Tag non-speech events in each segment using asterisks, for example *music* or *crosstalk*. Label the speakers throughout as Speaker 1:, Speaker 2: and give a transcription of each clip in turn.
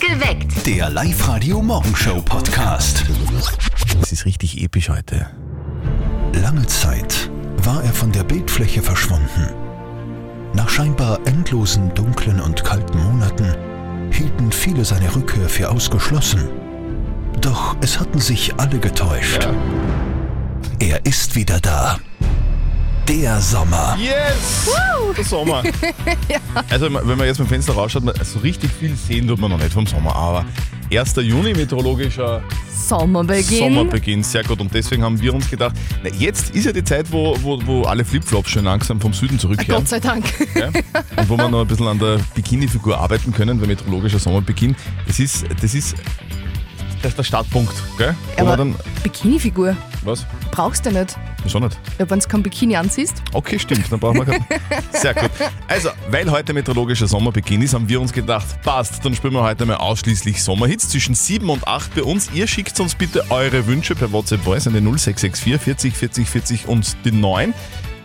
Speaker 1: Geweckt.
Speaker 2: Der Live-Radio-Morgenshow-Podcast.
Speaker 3: Es ist richtig episch heute.
Speaker 2: Lange Zeit war er von der Bildfläche verschwunden. Nach scheinbar endlosen, dunklen und kalten Monaten hielten viele seine Rückkehr für ausgeschlossen. Doch es hatten sich alle getäuscht. Er ist wieder da. Der Sommer.
Speaker 4: Yes! Der
Speaker 5: *laughs*
Speaker 4: Sommer. Also, wenn man jetzt mit dem Fenster rausschaut, man- so richtig viel sehen tut man noch nicht vom Sommer, aber 1. Juni meteorologischer
Speaker 5: Sommerbeginn.
Speaker 4: Sommerbeginn, sehr gut. Und deswegen haben wir uns gedacht, na, jetzt ist ja die Zeit, wo, wo, wo alle Flipflops schon langsam vom Süden zurückkehren.
Speaker 5: Ah, Gott sei
Speaker 4: *laughs*
Speaker 5: Dank.
Speaker 4: Ja? Und wo wir noch ein bisschen an der Bikini-Figur arbeiten können, weil meteorologischer Sommerbeginn, das ist, das ist, das ist der Startpunkt, gell? Wo
Speaker 5: Aber
Speaker 4: man dann,
Speaker 5: Bikini-Figur
Speaker 4: was?
Speaker 5: brauchst du nicht.
Speaker 4: Wieso nicht?
Speaker 5: Ja, wenn du kein Bikini anziehst.
Speaker 4: Okay, stimmt, dann brauchen wir keinen. Sehr gut. Also, weil heute meteorologischer Sommerbeginn ist, haben wir uns gedacht, passt, dann spielen wir heute mal ausschließlich Sommerhits zwischen 7 und 8 bei uns. Ihr schickt uns bitte eure Wünsche per WhatsApp Voice an die 0664 40 40 40 und die 9.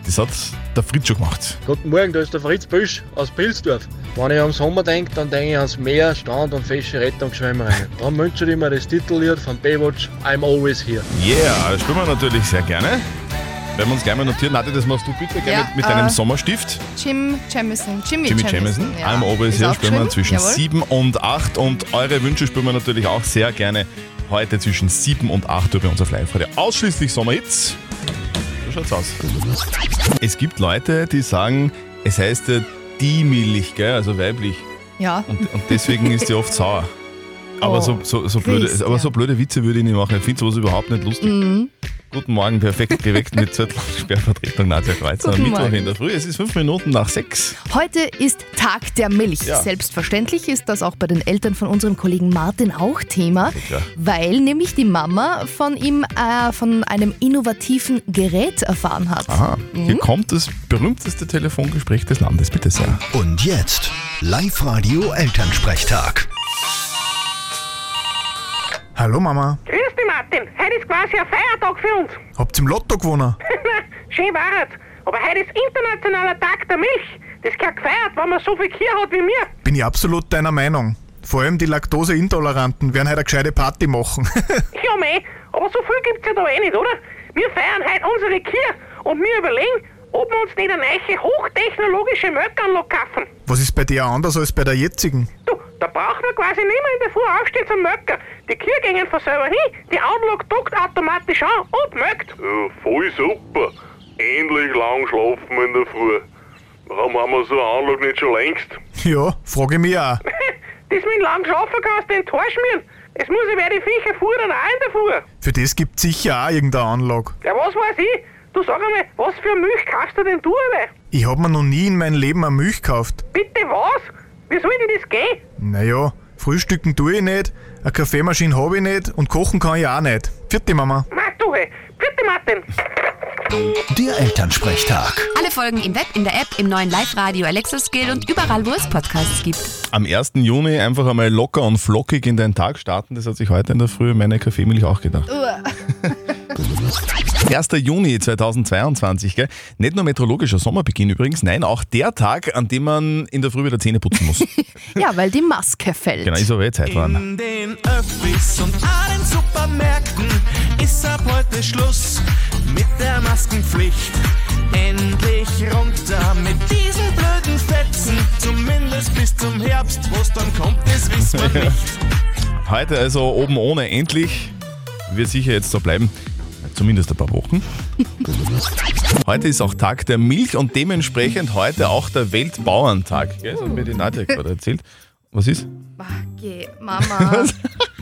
Speaker 4: Das hat der Fritz schon gemacht.
Speaker 6: Guten Morgen, da ist der Fritz Büsch aus Pilsdorf. Wenn ich am Sommer denke, dann denke ich ans Meer, Strand und fesche Rettungsschwimmereien. Dann wünsche ich mir das Titellied von Baywatch, I'm Always Here.
Speaker 4: Yeah, das spielen wir natürlich sehr gerne. Werden wir uns gleich mal notieren. Nadja, das machst du bitte gell,
Speaker 5: Ja,
Speaker 4: mit, mit deinem
Speaker 5: äh,
Speaker 4: Sommerstift.
Speaker 5: Jim Jamison. Jimmy,
Speaker 4: Jimmy Jamison.
Speaker 5: ja.
Speaker 4: I'm always
Speaker 5: Ist
Speaker 4: here spielen wir
Speaker 5: aufgeschrieben?
Speaker 4: zwischen
Speaker 5: Jawohl.
Speaker 4: 7 und 8 und eure Wünsche spielen wir natürlich auch sehr gerne heute zwischen 7 und 8 Uhr bei uns auf live heute. Ausschließlich Sommerhits. So schaut's aus. Es gibt Leute, die sagen, es heißt ja die Milch, gell, also weiblich.
Speaker 5: Ja.
Speaker 4: Und, und deswegen ist die oft sauer. Aber,
Speaker 5: Oh,
Speaker 4: so, so, so blöde,
Speaker 5: Christian.
Speaker 4: aber so blöde Witze würde ich nicht machen. Ich finde sowas überhaupt nicht lustig.
Speaker 5: Mhm.
Speaker 4: Guten Morgen, perfekt geweckt mit Zettel und Sperrvertretung Nadja Kreuzer. Am
Speaker 5: Guten
Speaker 4: Mittwoch
Speaker 5: Morgen.
Speaker 4: in der Früh, es ist fünf Minuten nach sechs.
Speaker 5: Heute ist Tag der Milch.
Speaker 4: Ja.
Speaker 5: Selbstverständlich ist das auch bei den Eltern von unserem Kollegen Martin auch Thema,
Speaker 4: klar.
Speaker 5: weil nämlich die Mama von ihm äh, von einem innovativen Gerät erfahren hat.
Speaker 4: Aha, hier kommt das berühmteste Telefongespräch des Landes, bitte sehr.
Speaker 2: Und jetzt Live-Radio Elternsprechtag.
Speaker 3: Hallo Mama,
Speaker 7: Grüß dich, Martin. Heute ist quasi ein Feiertag für uns. *laughs*
Speaker 3: habt ihr im Lotto gewonnen?
Speaker 7: Schön war's. Aber heute ist internationaler Tag der Milch. Das gehört gefeiert, wenn man so viel Kier hat wie mir.
Speaker 3: Bin ich absolut deiner Meinung. Vor allem die Laktoseintoleranten werden heute eine gescheite Party machen. *laughs*
Speaker 7: Ja, mei. Aber so viel gibt's ja da eh nicht, oder? Wir feiern heute unsere Kier und wir überlegen, ob wir uns nicht eine neue hochtechnologische Milchanlage kaufen.
Speaker 3: Was ist bei dir anders als bei der jetzigen?
Speaker 7: Du, da brauchen wir quasi nicht mehr in der Früh aufstehen zum Möcker. Die Kühe gingen von selber hin, die Anlage duckt automatisch an und mögt. *laughs*
Speaker 8: Ja, voll super. Endlich lang schlafen wir in der Früh. Warum haben wir so eine Anlage nicht schon längst?
Speaker 3: Ja, frage ich mich auch.
Speaker 7: Das mit lang schlafen kannst du den Tor schmieren. Es muss ja wer die Viecher fuhren, auch in der Früh.
Speaker 3: Für das gibt sicher auch irgendeine Anlage.
Speaker 7: Ja, was weiß ich? Du sag einmal, was für Milch kaufst du denn du alle?
Speaker 3: Ich hab mir noch nie in meinem Leben eine Milch gekauft.
Speaker 7: Bitte was? Wie soll denn das gehen?
Speaker 3: Naja, frühstücken tue ich nicht, eine Kaffeemaschine habe ich nicht und kochen kann ich auch nicht. Vierte Mama.
Speaker 7: Mach du, hey. Bitte, Martin.
Speaker 2: Der Elternsprechtag.
Speaker 9: Alle Folgen im Web, in der App, im neuen Live-Radio Alexa Skill und überall, wo es Podcasts gibt.
Speaker 4: Am 1. Juni einfach einmal locker und flockig in den Tag starten, das hat sich heute in der Früh meine Kaffeemilch auch gedacht. *laughs* 1. Juni 2022, gell? Nicht nur meteorologischer Sommerbeginn übrigens, nein, auch der Tag, an dem man in der Früh wieder Zähne putzen muss.
Speaker 5: Ja, weil die Maske fällt.
Speaker 4: genau, ist aber eh Zeit waren.
Speaker 10: In den Öffis und allen Supermärkten ist ab heute Schluss mit der Maskenpflicht. Endlich runter mit diesen blöden Fetzen, zumindest bis zum Herbst, wo's dann kommt, das wissen
Speaker 4: *laughs*
Speaker 10: wir nicht.
Speaker 4: Heute also oben ohne endlich. Wird sicher jetzt so bleiben. Zumindest ein paar Wochen. Heute ist auch Tag der Milch und dementsprechend heute auch der Weltbauerntag. Gell, das hat mir die Nadja gerade erzählt. Was ist?
Speaker 5: Magge,
Speaker 4: *laughs*
Speaker 5: Mama.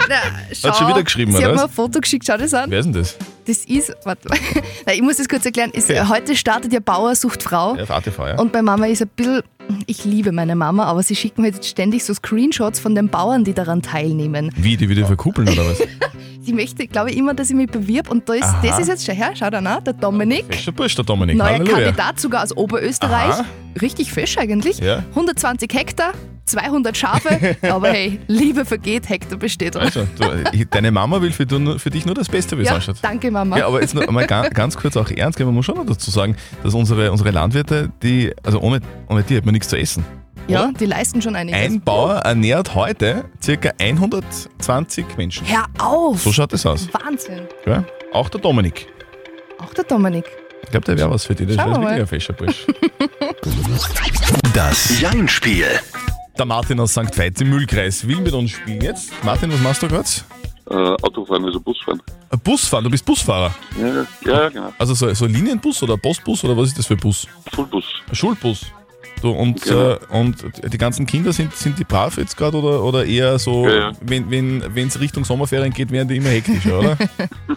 Speaker 5: Na, schau,
Speaker 4: schon wieder geschrieben,
Speaker 5: Sie
Speaker 4: oder
Speaker 5: hat
Speaker 4: was?
Speaker 5: mir ein Foto geschickt, schau das an.
Speaker 4: Wer ist denn das?
Speaker 5: Das ist, warte *laughs* mal. Nein, ich muss das kurz erklären. Ist,
Speaker 4: Okay.
Speaker 5: Heute startet ja Bauer sucht Frau.
Speaker 4: Ja, auf ATV, ja.
Speaker 5: Und bei Mama ist ein bisschen, ich liebe meine Mama, aber sie schickt mir jetzt ständig so Screenshots von den Bauern, die daran teilnehmen.
Speaker 4: Wie, die wieder verkuppeln oder
Speaker 5: *laughs*
Speaker 4: was?
Speaker 5: Sie möchte, glaube ich, immer, dass ich mich bewirb. Und da ist,
Speaker 4: Aha.
Speaker 5: das ist jetzt, schau her, schau da nach, der Dominik.
Speaker 4: Fischer Bursch, der Dominik.
Speaker 5: Neuer
Speaker 4: Halleluja.
Speaker 5: Kandidat sogar aus Oberösterreich.
Speaker 4: Aha.
Speaker 5: Richtig fesch eigentlich.
Speaker 4: Ja.
Speaker 5: 120 Hektar,
Speaker 4: *laughs*
Speaker 5: 200 Schafe. aber hey, Liebe vergeht, Hektar besteht.
Speaker 4: Also, du, ich- deine Mama will für, du- für dich nur das Beste, wie es
Speaker 5: ja,
Speaker 4: ausschaut.
Speaker 5: danke Mama.
Speaker 4: Ja, aber jetzt noch mal
Speaker 5: *laughs*
Speaker 4: ga- ganz kurz auch ernst, gell, man muss schon noch dazu sagen, dass unsere, unsere Landwirte, die, also ohne, ohne die hätten wir nichts zu essen.
Speaker 5: Ja, die leisten schon einiges.
Speaker 4: Ein Bauer ernährt heute ca. 120 Menschen.
Speaker 5: Hör auf!
Speaker 4: So schaut es aus.
Speaker 5: Wahnsinn.
Speaker 4: Gell? Auch der Dominik.
Speaker 5: Auch der Dominik.
Speaker 4: Ich glaube, der wäre was für dich. Das
Speaker 5: Schauen
Speaker 4: wäre wirklich
Speaker 5: wir mal.
Speaker 4: ein fescher Bursch.
Speaker 8: *laughs*
Speaker 2: Das Jein-Spiel.
Speaker 4: Der Martin aus St. Veit im Müllkreis will mit uns spielen jetzt. Martin, was machst du gerade?
Speaker 8: Äh, Autofahren, also Busfahren.
Speaker 4: Busfahren, du bist Busfahrer.
Speaker 8: Ja, ja, ja, genau.
Speaker 4: Also so, so Linienbus oder Postbus oder was ist das für ein Bus?
Speaker 8: Fullbus.
Speaker 4: Ein Schulbus. Du, und,
Speaker 8: Genau.
Speaker 4: äh, und die ganzen Kinder, sind, sind die brav jetzt gerade oder, oder eher so,
Speaker 8: Ja, ja.
Speaker 4: wenn wenn wenn's Richtung Sommerferien geht, werden die immer hektischer, oder?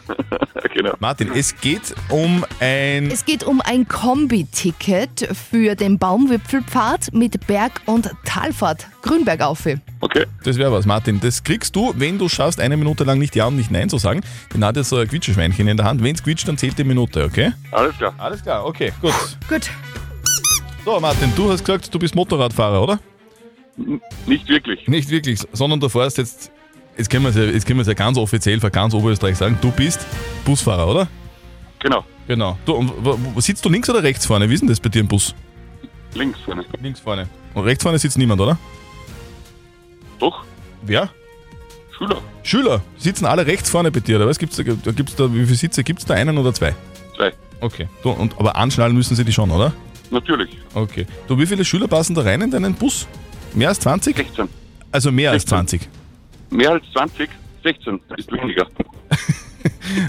Speaker 8: *laughs* genau.
Speaker 4: Martin, es geht um ein
Speaker 5: Es geht um ein Kombi-Ticket für den Baumwipfelpfad mit Berg- und Talfahrt Äh, Grünbergauf.
Speaker 8: Okay.
Speaker 4: Das wäre was, Martin. Das kriegst du, wenn du schaffst, eine Minute lang nicht Ja und nicht Nein zu sagen. Dann hat jetzt so ein Quitscheschweinchen in der Hand. Wenn es quietscht, dann zählt die Minute, okay?
Speaker 8: Alles klar.
Speaker 4: Alles klar, okay, gut.
Speaker 5: Gut.
Speaker 4: So, Martin, du hast gesagt, du bist Motorradfahrer, oder?
Speaker 8: Nicht wirklich.
Speaker 4: Nicht wirklich, sondern du fährst jetzt, jetzt können wir es ja, jetzt können wir es ja ganz offiziell für ganz Oberösterreich sagen, du bist Busfahrer, oder?
Speaker 8: Genau.
Speaker 4: Genau. Du, und wo- wo- sitzt du links oder rechts vorne? Wie ist denn das bei dir im Bus?
Speaker 8: Links vorne.
Speaker 4: Links vorne. Und rechts vorne sitzt niemand, oder?
Speaker 8: Doch.
Speaker 4: Wer?
Speaker 8: Schüler.
Speaker 4: Schüler. Sitzen alle rechts vorne bei dir, oder was? Gibt's da, da gibt's da, wie viele Sitze? Gibt es da einen oder zwei?
Speaker 8: Zwei.
Speaker 4: Okay. Du, und, aber anschnallen müssen sie die schon, oder?
Speaker 8: Natürlich.
Speaker 4: Okay. Du, wie viele Schüler passen da rein in deinen Bus? Mehr als 20?
Speaker 8: 16.
Speaker 4: Also mehr als
Speaker 8: 16.
Speaker 4: 20.
Speaker 8: Mehr als 20. 16 ist weniger.
Speaker 4: *laughs*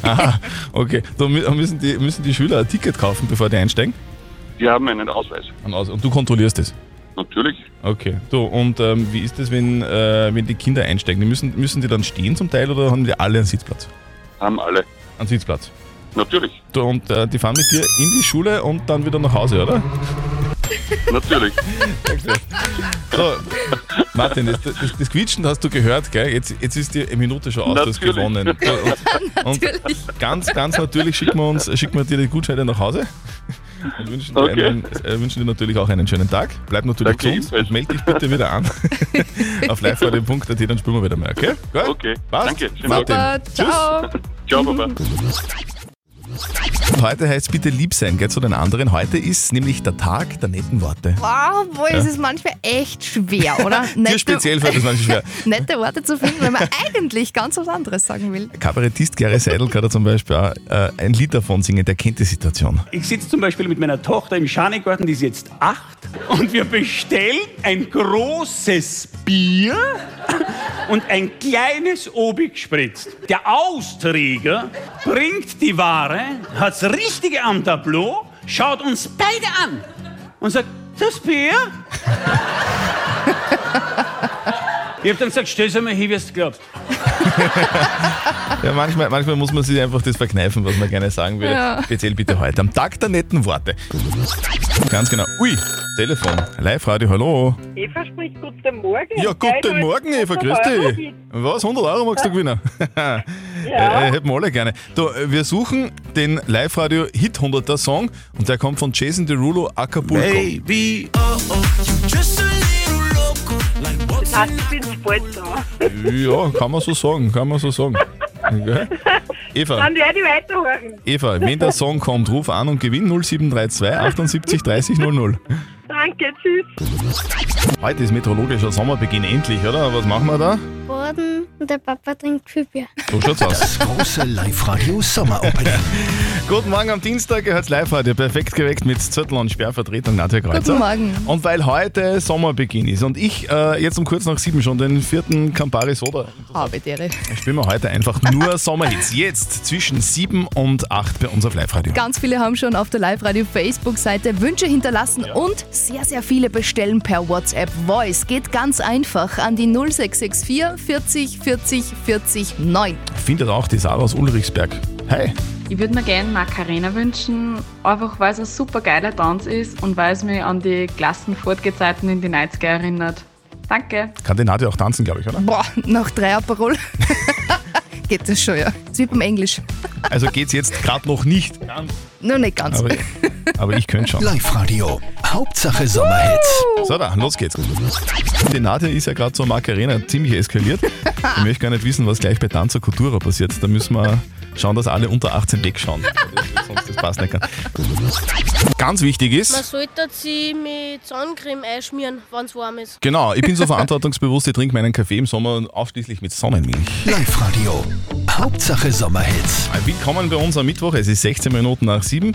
Speaker 4: Aha, okay. Da mü- müssen die, müssen die Schüler ein Ticket kaufen, bevor die einsteigen.
Speaker 8: Die haben einen Ausweis.
Speaker 4: Und aus- und du kontrollierst das.
Speaker 8: Natürlich.
Speaker 4: Okay. Du, und ähm, wie ist das, wenn, äh, wenn die Kinder einsteigen? Die müssen, müssen die dann stehen zum Teil oder haben die alle einen Sitzplatz?
Speaker 8: Haben alle.
Speaker 4: Einen Sitzplatz.
Speaker 8: Natürlich.
Speaker 4: Du, und äh, die fahren mit dir in die Schule und dann wieder nach Hause, oder?
Speaker 8: Natürlich.
Speaker 4: So, *laughs* Martin, das, das, das Quietschen hast du gehört, gell? Jetzt, jetzt ist die Minute schon aus, du hast
Speaker 8: Natürlich. *laughs*
Speaker 4: gewonnen. Und, und ganz, ganz natürlich schicken wir, uns, schicken wir dir die Gutscheine nach Hause und wünschen,
Speaker 8: Okay.
Speaker 4: dir, einen, äh, wünschen dir natürlich auch einen schönen Tag. Bleib natürlich
Speaker 8: Danke,
Speaker 4: gesund
Speaker 8: ebenfalls.
Speaker 4: und melde dich bitte wieder
Speaker 8: *laughs*
Speaker 4: an auf liveradio.at, dann spielen wir wieder mal, okay? Gut?
Speaker 8: Okay.
Speaker 4: Passt?
Speaker 8: Danke. Schönen
Speaker 4: Martin,
Speaker 5: Super,
Speaker 4: tschüss.
Speaker 5: ciao.
Speaker 8: Ciao, Baba.
Speaker 4: Heute heißt bitte lieb sein, gell, zu den anderen. Heute ist nämlich der Tag der netten Worte.
Speaker 5: Wow, boah, es Ah, ist manchmal echt schwer,
Speaker 4: *laughs*
Speaker 5: oder?
Speaker 4: Dir speziell fällt das manchmal schwer.
Speaker 5: *laughs* Nette Worte zu finden, wenn man
Speaker 4: *laughs*
Speaker 5: eigentlich ganz was anderes sagen will.
Speaker 4: Kabarettist Gary Seidel kann da zum Beispiel auch äh, ein Lied davon singen, der kennt die Situation.
Speaker 10: Ich sitze zum Beispiel mit meiner Tochter im Schanigarten, die ist jetzt acht, und wir bestellen ein großes Bier und ein kleines Obig spritzt. Der Austräger bringt die Ware, hat's Richtige am Tableau, schaut uns beide an und sagt, das Bier? *laughs* Ich hab dann gesagt, stell's einmal hin, wie du's glaubst.
Speaker 4: Ja, manchmal, manchmal muss man sich einfach das verkneifen, was man gerne sagen würde. Speziell bitte heute, am Tag der netten Worte. Ganz genau. Ui, Telefon, Live-Radio, hallo.
Speaker 7: Eva spricht guten Morgen.
Speaker 4: Ja, guten Morgen, Eva, grüß dich. Was, 100 Euro magst du gewinnen? *laughs* ja. äh, hätten wir alle gerne. Du, äh, wir suchen den Live-Radio Hit 100er Song und der kommt von Jason Derulo, Acapulco.
Speaker 10: Baby,
Speaker 7: Ich bin bald da.
Speaker 4: Ja, kann man so sagen, kann man so sagen. *laughs* Gell? Eva,
Speaker 7: werde ich weiterhören.
Speaker 4: Eva, wenn der Song kommt, ruf an und gewinn 0732 78 30 00.
Speaker 7: Danke, tschüss.
Speaker 4: Heute ist meteorologischer Sommerbeginn endlich, oder? Was machen wir da?
Speaker 1: Boden und der Papa trinkt Kühlbier.
Speaker 4: So schaut's aus.
Speaker 2: Das große Live-Radio Sommer Opening.
Speaker 4: *laughs* Guten Morgen am Dienstag, ihr hört's live heute. Perfekt geweckt mit Zettel und Sperrvertretung Nadja Kreuzer.
Speaker 5: Guten Morgen.
Speaker 4: Und weil heute Sommerbeginn ist und ich äh, jetzt um kurz nach sieben schon den vierten Campari Soda
Speaker 5: Arbeitehre.
Speaker 4: spielen wir heute einfach *laughs* nur Sommerhits. Jetzt zwischen sieben und acht bei uns auf Live-Radio.
Speaker 5: Ganz viele haben schon auf der Live-Radio-Facebook-Seite Wünsche hinterlassen und sehr, sehr viele bestellen per WhatsApp Voice. Geht ganz einfach an die 0664 40 40 40 9.
Speaker 4: Findet auch die Sarah aus Ulrichsberg. Hi.
Speaker 1: Ich würde mir gerne Macarena wünschen, einfach weil es ein super geiler Tanz ist und weil es mich an die Klassenfortgezeiten in die 90er erinnert. Danke.
Speaker 4: Kann die Nadja auch tanzen, glaube ich, oder?
Speaker 5: Boah, nach drei Aperol *laughs* geht das schon, ja. Es wird beim Englisch.
Speaker 4: Also geht's jetzt gerade noch nicht.
Speaker 5: Nur nicht ganz. *laughs*
Speaker 4: Aber, aber ich könnte schon.
Speaker 2: Live-Radio. Hauptsache Sommerhits.
Speaker 4: So, da, los geht's. Die Nadja ist ja gerade zur Macarena ziemlich eskaliert. Ich möchte gar nicht wissen, was gleich bei Danza Cultura passiert. Da müssen wir schauen, dass alle unter 18 wegschauen. Sonst das passt nicht. ganz. Ganz wichtig ist,
Speaker 11: sollte sie mit Sonnencreme einschmieren, wenn es warm ist.
Speaker 4: genau, ich bin so verantwortungsbewusst, ich trinke meinen Kaffee im Sommer ausschließlich mit Sonnenmilch.
Speaker 2: Live-Radio. Hauptsache Sommerhits.
Speaker 4: Willkommen bei uns am Mittwoch, es ist 16 Minuten nach 7.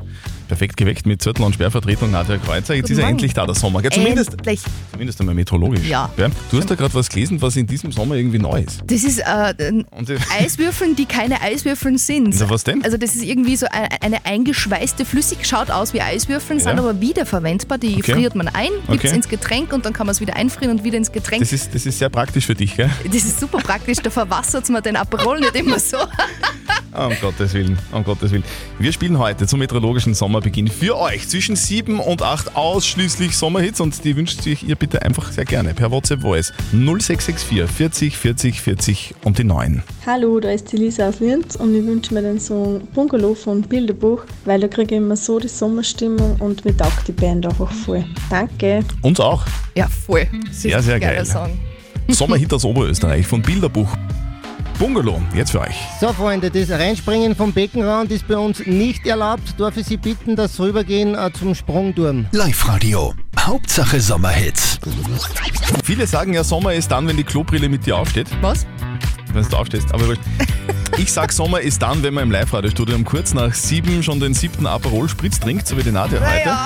Speaker 4: Perfekt geweckt mit Zürtel und Sperrvertretung Nadja Kreuzer. Jetzt
Speaker 5: Guten
Speaker 4: ist ja
Speaker 5: Morgen.
Speaker 4: endlich da, der Sommer. Gell? Zumindest,
Speaker 5: Endlich.
Speaker 4: zumindest einmal meteorologisch.
Speaker 5: Ja.
Speaker 4: Du hast da gerade was gelesen, was in diesem Sommer irgendwie neu ist.
Speaker 5: Das ist äh,
Speaker 4: Und die-
Speaker 5: Eiswürfeln, die keine Eiswürfeln sind.
Speaker 4: Na, was denn?
Speaker 5: Also das ist irgendwie so ein- eine eingeschweißte Flüssig, schaut aus wie Eiswürfeln,
Speaker 4: Ja.
Speaker 5: sind aber wiederverwendbar. Die
Speaker 4: Okay.
Speaker 5: friert man ein, gibt es
Speaker 4: Okay.
Speaker 5: ins Getränk und dann kann man es wieder einfrieren und wieder ins Getränk.
Speaker 4: Das ist, das ist sehr praktisch für dich, gell?
Speaker 5: Das ist super praktisch, da verwassert man den Aperol nicht immer so. *laughs*
Speaker 4: Um Gottes Willen, um Gottes Willen. Wir spielen heute zum meteorologischen Sommerbeginn für euch zwischen 7 und 8 ausschließlich Sommerhits und die wünscht sich ihr bitte einfach sehr gerne per WhatsApp Voice 0664 40 40 40 und um die 9.
Speaker 12: Hallo, da ist die Lisa aus Linz und ich wünsche mir den Song Bungalow von Bilderbuch, weil da kriege ich immer so die Sommerstimmung und mir taugt die Band einfach voll. Danke!
Speaker 4: Uns auch.
Speaker 5: Ja, voll.
Speaker 4: Sehr, sehr
Speaker 5: Geiler
Speaker 4: geil.
Speaker 5: Song.
Speaker 4: Sommerhit aus Oberösterreich von Bilderbuch. Bungalow, jetzt für euch.
Speaker 13: So, Freunde, das Reinspringen vom Beckenrand ist bei uns nicht erlaubt. Darf ich Sie bitten, das Rübergehen äh, zum Sprungturm?
Speaker 2: Live-Radio. Hauptsache Sommerhits.
Speaker 4: Viele sagen ja, Sommer ist dann, wenn die Klobrille mit dir aufsteht.
Speaker 5: Was?
Speaker 4: Wenn du aufstehst, aber wurscht. Ich sag, Sommer ist dann, wenn man im Live-Radio-Studio um kurz nach sieben schon den siebten Aperol-Spritz trinkt, so wie die Nadja heute.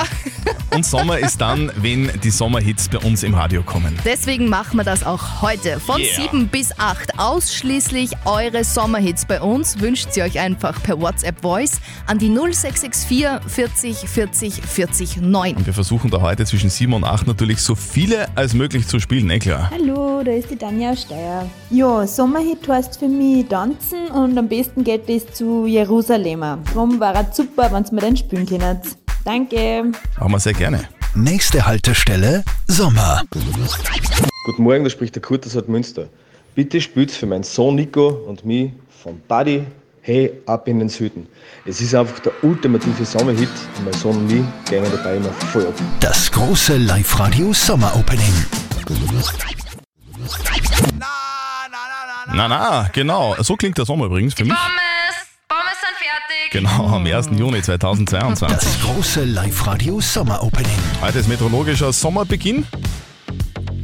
Speaker 4: Und Sommer ist dann, wenn die Sommerhits bei uns im Radio kommen.
Speaker 5: Deswegen machen wir das auch heute. Von
Speaker 4: Yeah.
Speaker 5: 7 bis 8 ausschließlich eure Sommerhits bei uns. Wünscht sie euch einfach per WhatsApp Voice an die 0664 40 40 40 9.
Speaker 4: Und wir versuchen da heute zwischen sieben und acht natürlich so viele als möglich zu spielen, eh klar.
Speaker 14: Hallo, da ist die Tanja aus Steyr. Ja, Sommerhit heißt für mich tanzen und am besten geht es zu Jerusalemer. Drum war es super, wenn mir den spielen könnt. Danke!
Speaker 4: Machen wir sehr gerne.
Speaker 2: Nächste Haltestelle Sommer.
Speaker 15: Guten Morgen, da spricht der Kurt aus Münster. Bitte spielt's für meinen Sohn Nico und mich von Buddy Hey ab in den Süden. Es ist einfach der ultimative Sommerhit und mein Sohn und mich gehen dabei immer voll ab.
Speaker 2: Das große Live-Radio Sommer-Opening.
Speaker 4: Na, na, genau. So klingt der Sommer übrigens für mich.
Speaker 16: Pommes! Pommes sind fertig!
Speaker 4: Genau, am 1. Juni 2022.
Speaker 2: Das große Live-Radio Sommer-Opening.
Speaker 4: Heute ist meteorologischer Sommerbeginn.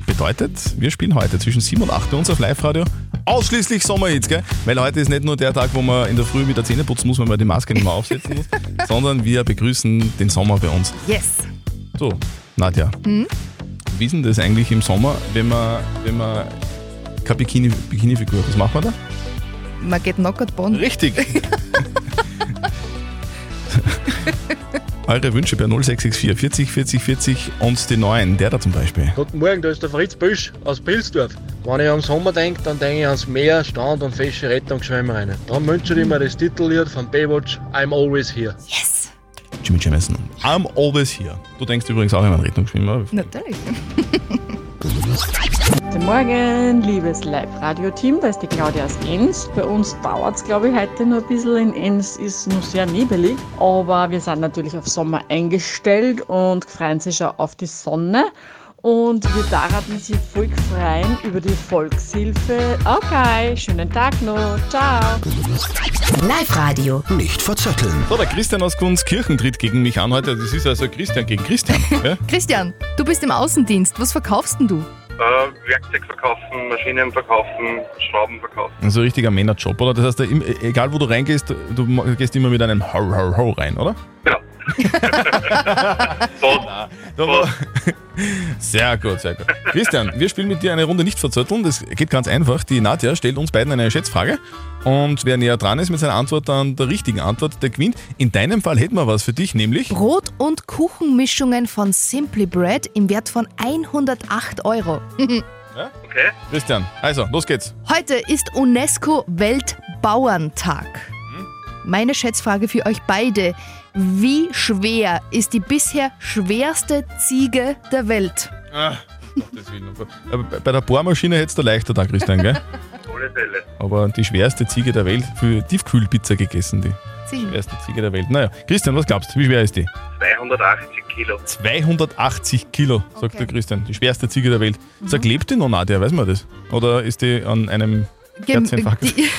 Speaker 4: Bedeutet, wir spielen heute zwischen 7 und 8 bei uns auf Live-Radio. Ausschließlich Sommerhits, gell? Weil heute ist nicht nur der Tag, wo man in der Früh mit der Zähne putzen muss, wenn man die Maske nicht mehr aufsetzen muss, sondern wir begrüßen den Sommer bei uns.
Speaker 5: Yes.
Speaker 4: So, Nadja,
Speaker 5: Hm?
Speaker 4: wie ist denn das eigentlich im Sommer, wenn man, wenn man keine Bikini- Bikini-Figur hat? Was macht man da?
Speaker 5: Man geht knockert Bonn.
Speaker 4: Richtig. *laughs* Eure Wünsche per 0664 40 40 40 und den neuen, der da zum Beispiel.
Speaker 6: Guten Morgen, da ist der Fritz Büsch aus Pilsdorf. Wenn ich am Sommer denke, dann denke ich ans Meer, Strand und fesche Rettung schwimmen rein. Dann wünsche ich mir das Titellied von Baywatch I'm Always Here.
Speaker 5: Yes!
Speaker 4: Jimmy Jamison. I'm always here. Du denkst übrigens auch immer an Rettungsschwimmer.
Speaker 5: Natürlich.
Speaker 17: Guten Morgen, liebes Live-Radio-Team, da ist die Claudia aus Enns. Bei uns dauert es, glaube ich, heute nur ein bisschen. In Enns ist noch sehr nebelig, aber wir sind natürlich auf Sommer eingestellt und freuen sich schon auf die Sonne. Und wir daraten sich voll freuen über die Volkshilfe. Okay, schönen Tag noch. Ciao.
Speaker 2: Live-Radio. Nicht verzetteln.
Speaker 4: So, der Christian aus Gunskirchen tritt gegen mich an heute. Das ist also Christian gegen Christian. gell?
Speaker 5: Christian, du bist im Außendienst. Was verkaufst denn du?
Speaker 18: Äh, Werkzeug verkaufen, Maschinen verkaufen, Schrauben verkaufen.
Speaker 4: Also richtiger Männerjob, oder? Das heißt, im- e, egal wo du reingehst, du ma- gehst immer mit einem Ho, Ho, Ho rein, oder? Ja. sehr gut, sehr gut. Christian, wir spielen mit dir eine Runde nicht verzötteln. Das geht ganz einfach. Die Nadja stellt uns beiden eine Schätzfrage und wer näher dran ist mit seiner Antwort an der richtigen Antwort, der gewinnt. In deinem Fall hätten wir was für dich, nämlich.
Speaker 5: Brot- und Kuchenmischungen von Simply Bread im Wert von 108 Euro.
Speaker 4: Okay. Christian, also, los geht's.
Speaker 5: Heute ist UNESCO Weltbauerntag.
Speaker 4: Hm?
Speaker 5: Meine Schätzfrage für euch beide. Wie schwer ist die bisher schwerste Ziege der Welt?
Speaker 4: Ah, Aber bei- Bei der Bohrmaschine hättest du leichter da, Christian,
Speaker 5: *laughs*
Speaker 4: gell?
Speaker 18: Alle Fälle.
Speaker 4: Aber die schwerste Ziege der Welt für Tiefkühlpizza gegessen, die
Speaker 5: Ziegen.
Speaker 4: schwerste Ziege der Welt. Naja, Christian, was glaubst du, wie schwer ist die?
Speaker 18: 280 Kilo.
Speaker 4: 280 Kilo, sagt der Christian, die schwerste Ziege der Welt.
Speaker 5: Mhm.
Speaker 4: Sag, lebt die noch Nadja, weiß man das? Oder ist die an einem
Speaker 5: Gem-
Speaker 4: Herzinfarkt?
Speaker 5: die, *laughs*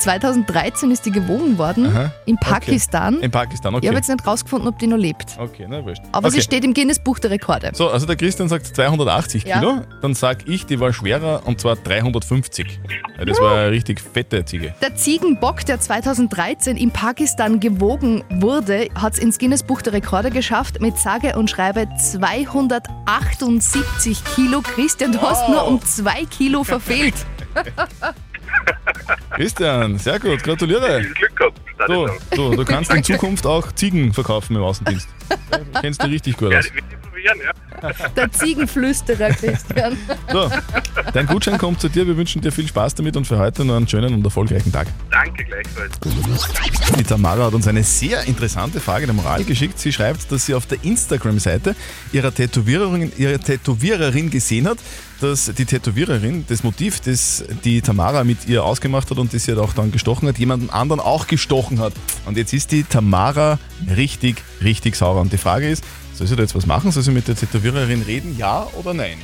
Speaker 5: 2013 ist die gewogen worden
Speaker 4: Aha.
Speaker 5: in
Speaker 4: Okay.
Speaker 5: Pakistan.
Speaker 4: In Pakistan, okay.
Speaker 5: Ich habe jetzt nicht rausgefunden, ob die noch lebt.
Speaker 4: Okay, na wurscht.
Speaker 5: Aber
Speaker 4: okay.
Speaker 5: sie steht im Guinness Buch der Rekorde.
Speaker 4: So, also der Christian sagt 280
Speaker 5: Ja.
Speaker 4: Kilo, dann sag ich, die war schwerer und zwar 350. Ja, Das war eine richtig fette Ziege.
Speaker 5: Der Ziegenbock, der 2013 in Pakistan gewogen wurde, hat es ins Guinness Buch der Rekorde geschafft mit sage und schreibe 278 Kilo. Christian, du hast nur um zwei Kilo verfehlt.
Speaker 4: Christian, sehr gut, gratuliere. Glück gehabt. Du, du, du kannst in Zukunft auch Ziegen verkaufen im Außendienst. Du kennst du richtig gut aus.
Speaker 5: Der Ziegenflüsterer, Christian.
Speaker 4: So, dein Gutschein kommt zu dir. Wir wünschen dir viel Spaß damit und für heute noch einen schönen und erfolgreichen Tag.
Speaker 18: Danke gleichfalls.
Speaker 4: Die Tamara hat uns eine sehr interessante Frage der Moral geschickt. Sie schreibt, dass sie auf der Instagram-Seite ihrer Tätowiererin, ihrer Tätowiererin gesehen hat, dass die Tätowiererin das Motiv, das die Tamara mit ihr ausgemacht hat und das sie halt auch dann gestochen hat, jemanden anderen auch gestochen hat. Und jetzt ist die Tamara richtig, richtig sauer. Und die Frage ist, soll sie da jetzt was machen? Soll sie mit der Tätowiererin reden? Ja oder nein?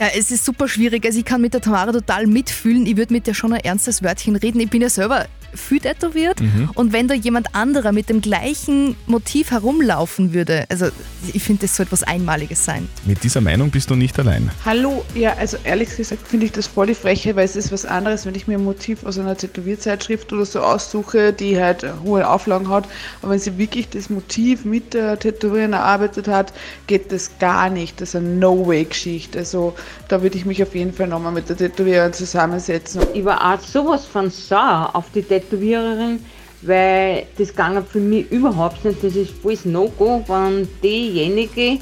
Speaker 5: Ja, es ist super schwierig. Also ich kann mit der Tamara total mitfühlen. Ich würde mit der schon ein ernstes Wörtchen reden. Ich bin ja selber viel tätowiert.
Speaker 4: Mhm.
Speaker 5: Und wenn da jemand anderer mit dem gleichen Motiv herumlaufen würde, also ich finde, das sollte was Einmaliges sein.
Speaker 4: Mit dieser Meinung bist du nicht allein.
Speaker 19: Hallo, ja, also ehrlich gesagt finde ich das voll die Freche, weil es ist was anderes, wenn ich mir ein Motiv aus einer Tätowierzeitschrift oder so aussuche, die halt hohe Auflagen hat. Aber wenn sie wirklich das Motiv mit der Tätowiererin erarbeitet hat, geht das gar nicht. Das ist eine No-Way-Geschichte. Also da würde ich mich auf jeden Fall nochmal mit der Tätowiererin zusammensetzen.
Speaker 20: Ich war auch sowas von sauer auf die Tätowiererin, weil das ging für mich überhaupt nicht. Das ist voll No-Go, wenn diejenige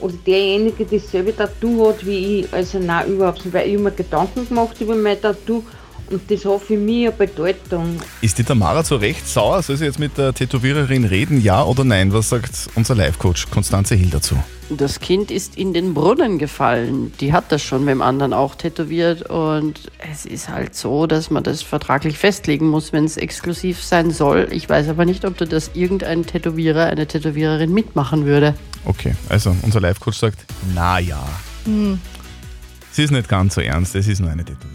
Speaker 20: oder derjenige dasselbe Tattoo hat wie ich. Also nein, überhaupt nicht, weil ich hab mir Gedanken gemacht über mein Tattoo und das hat für mich eine Bedeutung.
Speaker 4: Ist die Tamara zu Recht sauer? Soll sie jetzt mit der Tätowiererin reden? Ja oder nein? Was sagt unser Live-Coach Konstanze Hill dazu?
Speaker 21: Das Kind ist in den Brunnen gefallen. Die hat das schon mit dem anderen auch tätowiert. Und es ist halt so, dass man das vertraglich festlegen muss, wenn es exklusiv sein soll. Ich weiß aber nicht, ob da das irgendein Tätowierer, eine Tätowiererin mitmachen würde.
Speaker 4: Okay, also unser Live-Coach sagt, na ja,
Speaker 5: Hm.
Speaker 4: es ist nicht ganz so ernst, es ist nur eine Tätowierung.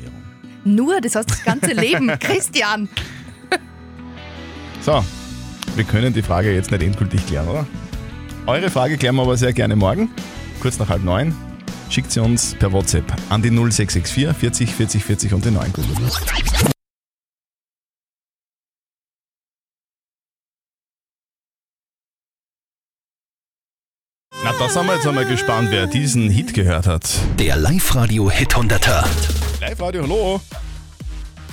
Speaker 5: Nur, das heißt das ganze Leben. Christian!
Speaker 4: So, wir können die Frage jetzt nicht endgültig klären, oder? Eure Frage klären wir aber sehr gerne morgen, kurz nach halb neun. Schickt sie uns per WhatsApp an die 0664 40 40 40 und den 9. Na, da sind wir jetzt einmal gespannt, wer diesen Hit gehört hat. Der Live-Radio Hit 100er. Live-Radio, hallo.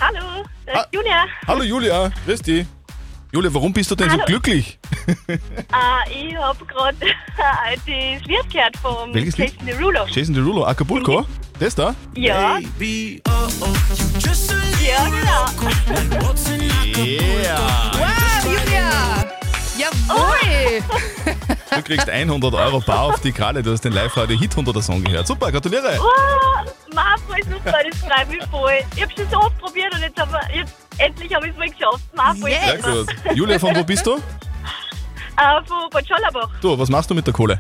Speaker 22: Hallo, da
Speaker 4: Ah.
Speaker 22: ist Julia.
Speaker 4: Hallo Julia, grüß dich. Julia, warum bist du denn so
Speaker 22: Hallo.
Speaker 4: glücklich?
Speaker 22: Ah, ich habe gerade *laughs* ein altes Lied gehört vom
Speaker 4: Welches Lied?
Speaker 22: Jason Derulo.
Speaker 4: Jason Derulo, Acapulco? Das da?
Speaker 22: Ja. Ja, genau.
Speaker 4: Yeah.
Speaker 5: Wow, Julia! Jawohl!
Speaker 4: Du kriegst 100 Euro bar auf die Kralle. Du hast den Live-Radio Hit 100er Song gehört. Super, gratuliere.
Speaker 22: Oh, Mann, voll super, das freut mich voll. Ich habe schon so oft probiert und jetzt, aber jetzt endlich habe ich es mal geschafft. Mann, voll
Speaker 4: Sehr
Speaker 22: super.
Speaker 4: gut. Julia, von wo bist du?
Speaker 22: Äh, von Bad Schollerbach.
Speaker 4: Du, was machst du mit der Kohle?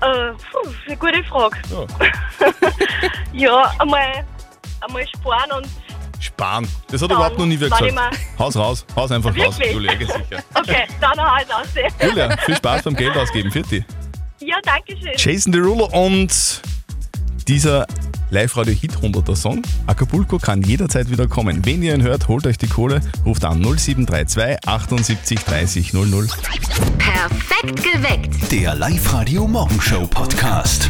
Speaker 22: Äh, puh, eine gute Frage. ja, einmal, einmal sparen und
Speaker 4: Sparen. Das hat
Speaker 22: Dann
Speaker 4: überhaupt noch nie wer
Speaker 22: war ich
Speaker 4: gesagt. Haus raus, haus einfach raus.
Speaker 22: Wirklich?
Speaker 4: Julia, geh sicher.
Speaker 22: okay, dann noch alles aussehen.
Speaker 4: Julia, viel Spaß beim Geld ausgeben. Vierte.
Speaker 22: Ja, danke schön.
Speaker 4: Jason Derulo und dieser Live-Radio Hit 100er Song. Acapulco kann jederzeit wieder kommen. Wenn ihr ihn hört, holt euch die Kohle, ruft an 0732 78 30 00.
Speaker 9: Perfekt geweckt.
Speaker 2: Der Live-Radio Morgenshow Podcast.